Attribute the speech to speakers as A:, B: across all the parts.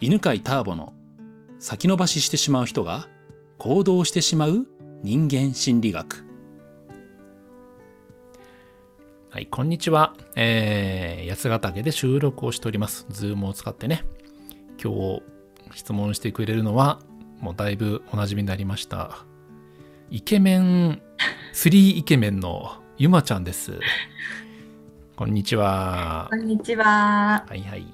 A: 犬飼ターボの先延ばししてしまう人が行動してしまう人間心理学。
B: はい、こんにちは。えー、八ヶ岳で収録をしております。ズームを使ってね。今日質問してくれるのは、もうだいぶお馴染みになりました。イケメン、3イケメンのゆまちゃんです。こんにちは
C: こ。んにちは。
B: はいはい。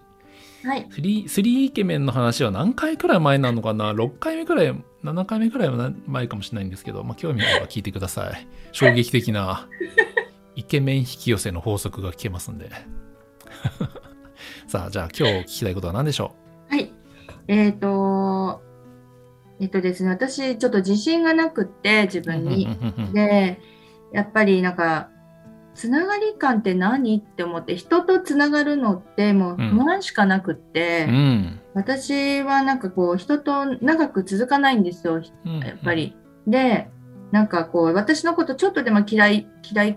C: はい。
B: 3, 3イケメンの話は何回くらい前なのかな ?6 回目くらい、7回目くらいは前かもしれないんですけど、まあ、興味あれば聞いてください。衝撃的なイケメン引き寄せの法則が聞けますんで。 さあ、じゃあ今日聞きたいことは何でしょ
C: はい。えっ、と、えっ、とですね、私、ちょっと自信がなくって、自
B: う
C: 分に。
B: うんうんうんうん
C: で、やっぱりなんか、つながり感って何って思って、人とつながるのって、もう
B: うん
C: 不安しかなくって、
B: うん
C: 私はなんかこう、人と長く続かないんですよ、
B: うんうん
C: やっぱ。り。で、なんかこう、私のことちょっとでも嫌い、嫌いっ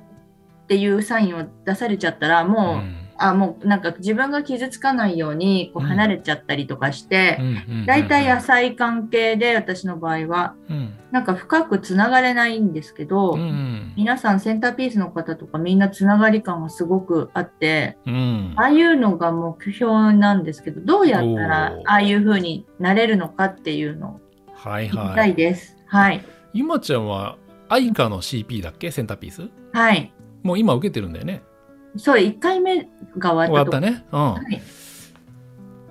C: ていうサインを出されちゃったら、
B: う
C: もう、
B: ん
C: あもうなんか自分が傷つかないようにこう
B: うん
C: 離れちゃったりとかして、
B: うんうんうん
C: だいたい浅い関係で私の場合は
B: うん
C: なんか深くつながれないんですけど、
B: うん
C: 皆さんセンターピースの方とかみんなつながり感がすごくあって
B: うん
C: ああいうのが目標なんですけどどうやったら
B: おー
C: ああいう風になれるのかっていうのを
B: はい
C: 聞きた
B: はいい。
C: です。はい、
B: ゆまちゃんは、アイカの CP だっけセンターピース
C: はい、
B: もう今受けてるんだよね。
C: そう1回目が終
B: 終
C: わ
B: わ
C: っ
B: ったた
C: とこ
B: ね。うん。
C: はい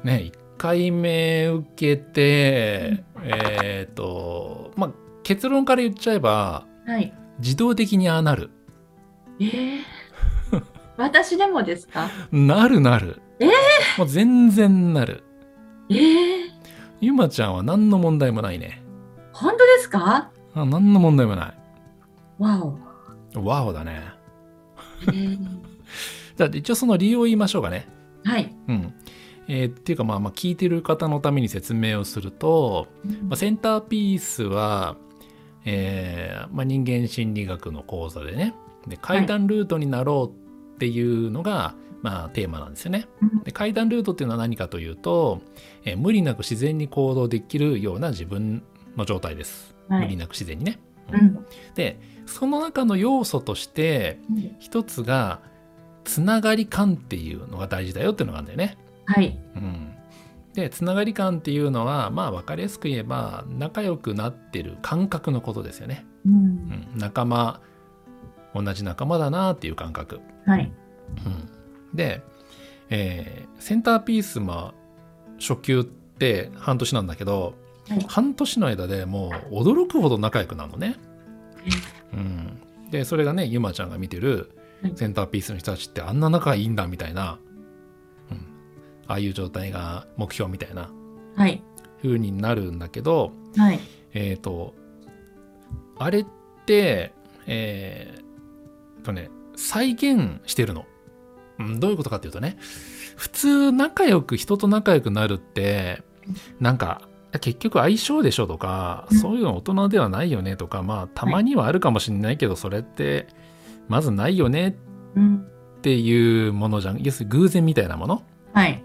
B: ね、1回目受けて、えっ、と、まあ、結論から言っちゃえば、
C: はい
B: 自動的にああなる。
C: えー 私でもですか
B: なるなる。
C: えー
B: もう全然なる。
C: えー、
B: ゆまちゃんは何の問題もないね。
C: 本当ですか
B: あ何の問題もない。
C: わお。
B: ワオだね。
C: えー
B: じゃあ一応その理由を言いましょうかね。
C: はい。
B: うん。えーっていうかまあまあ聞いてる方のために説明をすると、まあ、センターピースは、えーまあ、人間心理学の講座でねで階段ルートになろうっていうのが、まあ、テーマなんですよね
C: うん。
B: で階段ルートっていうのは何かというと、えー無理なく自然に行動できるような自分の状態です。
C: は
B: 無理
C: い。
B: なく自然にね。
C: うん。
B: でその中の要素として一つがつながり感っていうのが大事だよっていうのがあるんだよね。
C: はい。
B: うん、でつながり感っていうのはまあ分かりやすく言えば仲良くなってる感覚のことですよね、
C: う。
B: うんん、仲間同じ仲間だなっていう感覚、
C: はい。
B: うん、で、えーセンターピースまあ初級って半年なんだけど、
C: はい
B: 半年の間でもう驚くほど仲良くなるのね、うん、でそれがねゆまちゃんが見てる
C: はい
B: センターピースの人たちってあんな仲いいんだみたいな、うん、ああいう状態が目標みたいな
C: はい。
B: 風になるんだけど
C: はい。
B: えっ、とあれってえーとね再現してるの、うん、どういうことかっていうとね普通仲良く人と仲良くなるってなんか結局相性でしょとか
C: うん
B: そういうの大人ではないよねとかまあたまにはあるかもしれないけどそれってまずないよね
C: うん。
B: っていうものじゃん要するに偶然みたいなもの
C: はい。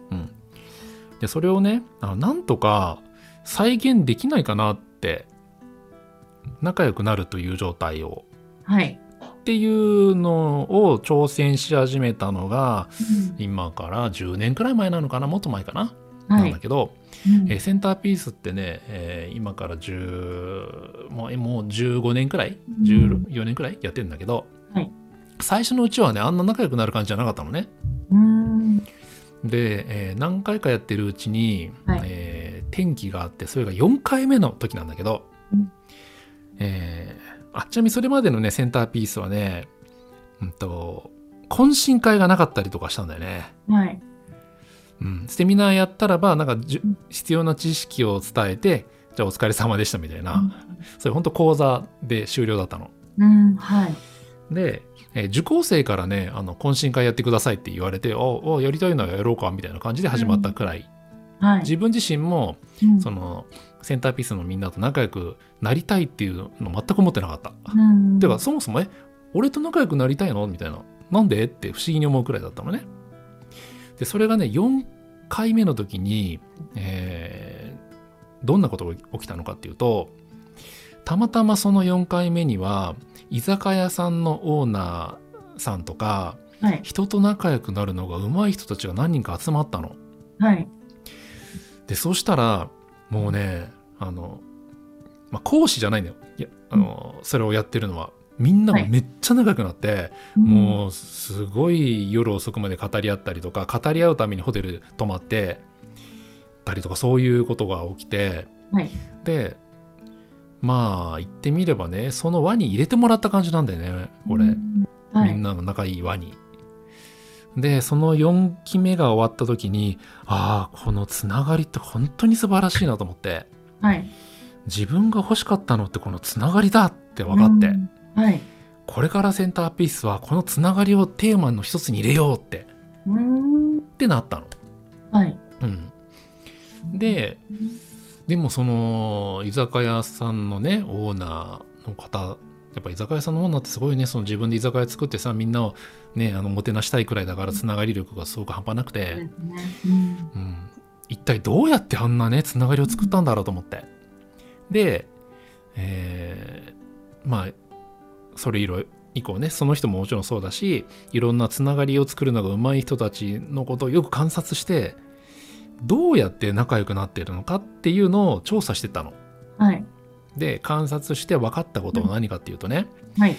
B: でそれをねあのなんとか再現できないかなって仲良くなるという状態を
C: はい。
B: っていうのを挑戦し始めたのが今から10年くらい前なのかなもっと前かな、
C: は
B: なん
C: い
B: だ。けど、えーセンターピースってね、えー今から10もうえもう15年くらい14年くらいやってんだけど、
C: はい
B: 最初のうちはねあんな仲良くなる感じじゃなかったのね。
C: うん。
B: で、えー何回かやってるうちに、
C: はい
B: え天気があってそれが4回目の時なんだけど、
C: うん
B: えーあちなみにそれまでのねセンターピースはね、うん、と懇親会がなかったりとかしたんだよね。
C: はい。
B: うん、セミナーやったらばなんかじゅ必要な知識を伝えてじゃあお疲れ様でしたみたいな、それ本当講座で終了だったの。
C: うん。はい。
B: で、えー受講生からねあの懇親会やってくださいって言われておおやりたいならやろうかみたいな感じで始まったくらい
C: はい。
B: 自分自身も
C: うん
B: そのセンターピースのみんなと仲良くなりたいっていうの全く思ってなかった。
C: うん。
B: てかそもそもえ俺と仲良くなりたいのみたいななんでって不思議に思うくらいだったのね。でそれがね4回目の時に、えーどんなことが起きたのかっていうとたまたまその4回目には居酒屋さんのオーナーさんとか
C: はい。
B: 人と仲良くなるのが上手い人たちが何人か集まったの。
C: はい。
B: でそしたらもうねあの、まあ、講師じゃないんだよいやあの、それをやってるのはみんながめっちゃ仲良くなって、もうすごい夜遅くまで語り合ったりとか語り合うためにホテル泊まってたりとかそういうことが起きて、
C: はい
B: でまあ言ってみればねその輪に入れてもらった感じなんだよね
C: うん、
B: 俺、
C: うん。は
B: みん
C: い。
B: なの仲いい輪に。でその4期目が終わった時にああこのつながりって本当に素晴らしいなと思って
C: はい。
B: 自分が欲しかったのってこのつながりだって分かって。
C: うん。はい。
B: これからセンターピースはこのつながりをテーマの一つに入れようって
C: うーん。
B: ってなったの。
C: はい。
B: うん、ででもその居酒屋さんのねオーナーの方やっぱ居酒屋さんのオーナーってすごいねその自分で居酒屋作ってさみんなをねあのもてなしたいくらいだからつながり力がすごく半端なく
C: そうで
B: て、
C: すね。うん。
B: うん、一体どうやってあんなねつながりを作ったんだろうと思ってで、えーまあそれ以来以降ねその人ももちろんそうだしいろんなつながりを作るのが上手い人たちのことをよく観察してどうやって仲良くなってるのかっていうのを調査してたの。
C: はい。
B: で観察して分かったことは何かっていうとね、
C: はい。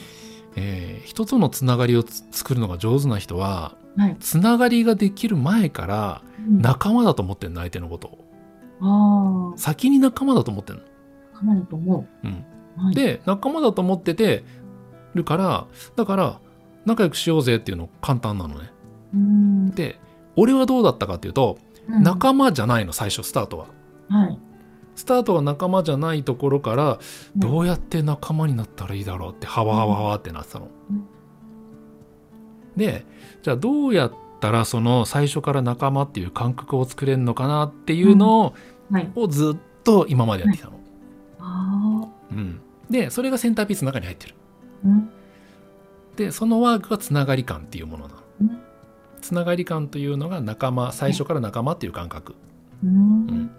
B: えー人とのつながりをつ作るのが上手な人は
C: はい。
B: つながりができる前から
C: うん。
B: 仲間だと思ってんの相手のことを
C: ああ、
B: 先に仲間だと思ってんの。
C: かなりと思
B: うん
C: う。はい、
B: で仲間だと思っててるからだから仲良くしようぜっていうの簡単なのね。
C: うーん、
B: で俺はどうだったかっていうと
C: うん、
B: 仲間じゃないの最初スタートは。
C: はい。
B: スタートは仲間じゃないところから
C: うん
B: どうやって仲間になったらいいだろうってハワハワハワってなってたの
C: うん。
B: でじゃあどうやったらその最初から仲間っていう感覚を作れるのかなっていうの
C: はい。
B: をずっと今までやってきたの。
C: ああ、
B: うん、でそれがセンターピースの中に入ってる。
C: うん。
B: でそのワークがつながり感っていうものなの
C: うん。
B: つながり感というのが仲間最初から仲間っていう感覚。
C: う。
B: うんん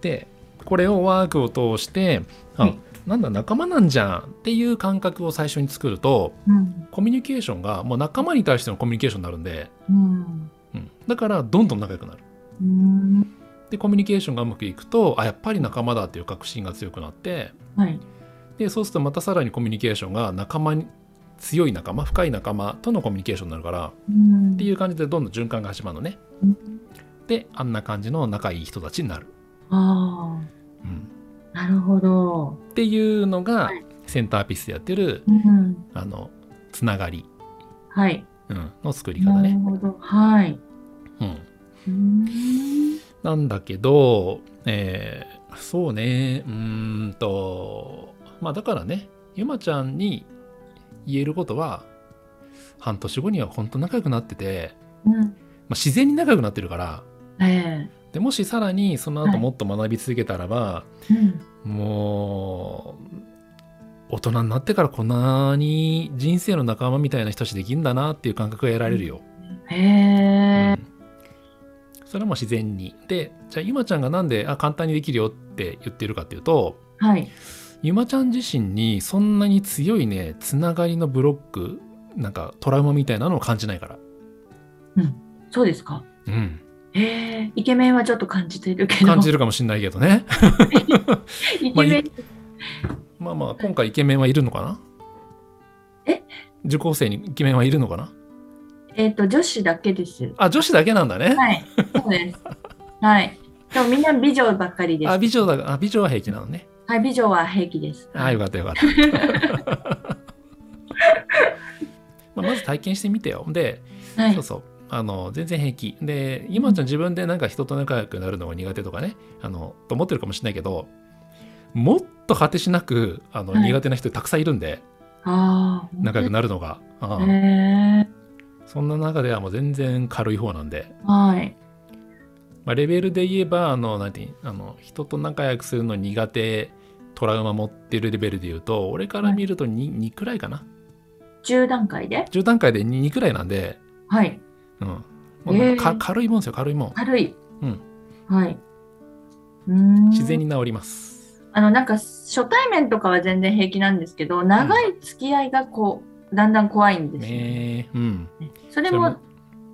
B: でこれをワークを通してあ、
C: はい
B: なんだ仲間なんじゃんっていう感覚を最初に作ると
C: うん。
B: コミュニケーションがもう仲間に対してのコミュニケーションになるんで、
C: うん。
B: うん、だからどんどん仲良くなる。
C: うん。
B: でコミュニケーションがうまくいくとあやっぱり仲間だっていう確信が強くなって
C: はい。
B: でそうするとまたさらにコミュニケーションが仲間に強い仲間深い仲間とのコミュニケーションになるから
C: うん。
B: っていう感じでどんどん循環が始まるのね
C: うん。
B: であんな感じの仲いい人たちになる。
C: あ
B: うん
C: あ、なるほど。
B: っていうのが
C: はい
B: センターピースでやってる
C: うん。
B: あのつながり、
C: はい。
B: うんの作り方
C: なる
B: ね。
C: ほど。はい。
B: うん、
C: うん。
B: なんだけど、えーそうねうーんとまあだからねゆまちゃんに言えることは半年後には本当仲良くなってて、
C: うん。
B: まあ、自然に仲良くなってるから
C: え
B: でもしさらにその
C: は
B: 後
C: い
B: もっと学び続けたらば、
C: えうん。
B: もう大人になってからこんなに人生の仲間みたいな人たちできるんだなっていう感覚が得られるよ。
C: ええ
B: うんそれはもう自然に。でじゃあゆまちゃんがなんであ簡単にできるよって言ってるかっていうと
C: はい。
B: ゆまちゃん自身にそんなに強いねつながりのブロックなんかトラウマみたいなのを感じないから。
C: そうですか。
B: うん、
C: ええイケメンはちょっと感じてるけど。
B: 感じるかもしれないけどね。
C: イケメン。
B: まあまあ今回イケメンはいるのかな
C: え
B: 受講生にイケメンはいるのかな
C: えっ、と、女子だけです。
B: あ女子だけなんだね。
C: はい。そうです。はい。でもみんな美女ばっかりです
B: あ、。美女だ。あ、美女は平気なのね。
C: はい、美女は平気です。
B: あ、よかったよかった。 まあまず体験してみてよ。で、
C: はい
B: そう。そう。あの全然平気で今ちゃん自分でなんか人と仲良くなるのが苦手とかねあのと思ってるかもしれないけどもっと果てしなくあの、
C: はい
B: 苦手な人たくさんいるんで
C: ああ。
B: 仲良くなるのが、ああ
C: へえ
B: そんな中ではもう全然軽い方なんで、
C: はい。
B: まあ、レベルで言えばあのなんていうあの人と仲良くするの苦手トラウマ持ってるレベルで言うと俺から見ると 2,、2くらいかな
C: 10段階で
B: 10段階で 2, くらいなんで、
C: はい。
B: うんもうなんかか
C: えー
B: 軽いもんですよ軽いもん、
C: 軽い。
B: うん
C: はい。うーん
B: 自然に治ります。
C: あのなんか初対面とかは全然平気なんですけど長い付き合いがこう、だんだん怖いんですよね
B: ねえうん。
C: それ
B: それ
C: も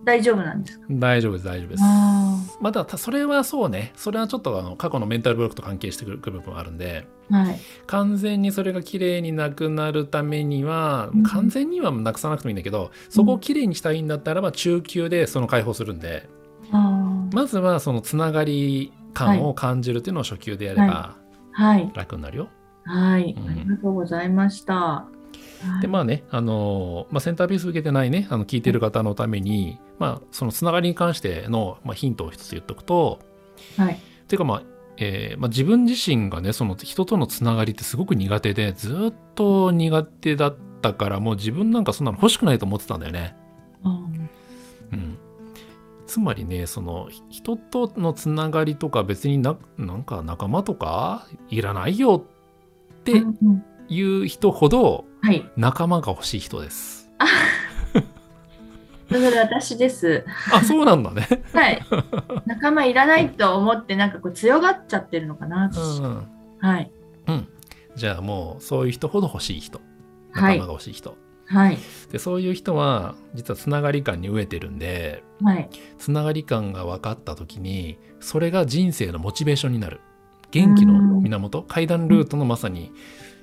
C: 大丈夫なんですか
B: 大丈夫です、大丈夫です。
C: あ
B: まあただ、それはそうね、それはちょっとあの過去のメンタルブロックと関係してくる部分もあるんで、
C: ーはい
B: 完全にそれが綺麗になくなるためには、
C: うん
B: 完全にはなくさなくてもいいんだけど、そこを綺麗にしたいんだったらば、中級でその解放するんで、
C: あー
B: まずはそのつながり感を感じるっていうのを初級でやれば
C: はい
B: 楽になるよ。
C: はい、
B: うん
C: ありがとうございました、はい
B: でまあね、あのまあ、センタービュース受けてないねあの聞いてる方のために、まあ、そのつながりに関しての、まあ、ヒントを一つ言っとくと
C: はい
B: ていうか、まあえーまあ、自分自身がねその人とのつながりってすごく苦手でずっと苦手だったからもう自分なんかそんなの欲しくないと思ってたんだよね。
C: あ
B: うんつまりねそのひ人とのつながりとか別にななんか仲間とかいらないよっ
C: ー
B: て
C: うんうん
B: いう人ほど
C: はい
B: 仲間が欲しい人です。
C: それ私です
B: あそうなんだ ね。
C: はい 仲間いらないと思ってなんかこう強がっちゃってるのかな、
B: うん
C: はい
B: うん、じゃあもうそういう人ほど欲しい人
C: は
B: 仲
C: い
B: 間が欲しい人、
C: はい
B: でそういう人は実はつながり感に飢えてるんで
C: はい
B: つながり感が分かった時にそれが人生のモチベーションになる元気の源階段ルートのまさに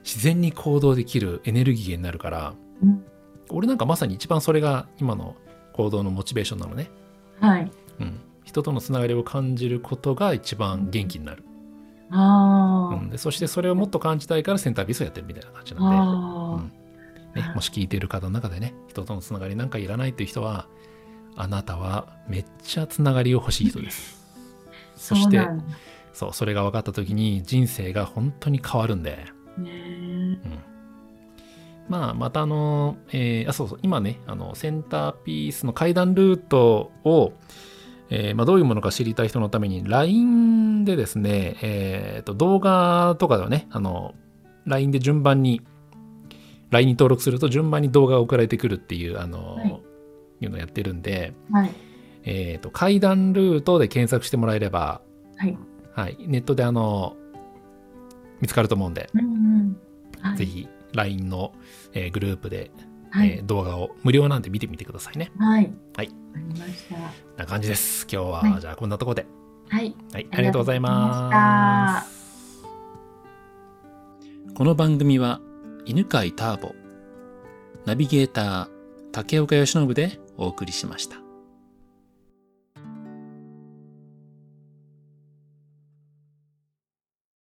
B: 自然に行動できるエネルギー源になるから、
C: うん
B: 俺なんかまさに一番それが今の行動のモチベーションなのね、
C: はい
B: うん、人とのつながりを感じることが一番元気になる、
C: あ
B: う
C: ー、
B: ん、でそしてそれをもっと感じたいからセンタービスをやってるみたいな感じなんで。
C: あー、
B: ね、もし聞いている方の中でね人とのつながりなんかいらないという人はあなたはめっちゃつながりを欲しい人 ですそして
C: うなんだ
B: そうそれが分かった時に人生が本当に変わるんで
C: ね
B: まあまたあの、えーあそうそう今ねあのセンターピースの階段ルートを、えーまあ、どういうものか知りたい人のために LINE でですね、えーと動画とかではねあの LINE で順番に LINE に登録すると順番に動画が送られてくるっていうあの、
C: はい
B: い、うのをやってるんで、
C: はい
B: えーと階段ルートで検索してもらえれば、
C: はい
B: はい、ネットであの見つかると思うんで、
C: うんうんはい
B: ぜひ LINE の、えーグループで
C: は
B: え
C: い
B: ー動画を無料なんで見てみてくださいね。
C: はい
B: はい
C: わかりました
B: こんな感じです。今日は、
C: はい
B: じゃあこんなところで、
C: はい
B: はい、あ
C: あ
B: りがと
C: りがと
B: う
C: う
B: ござ
C: ござ
B: い
C: い
B: ま。
C: ます
A: この番組は犬飼ターボナビゲーター竹岡由伸でお送りしました。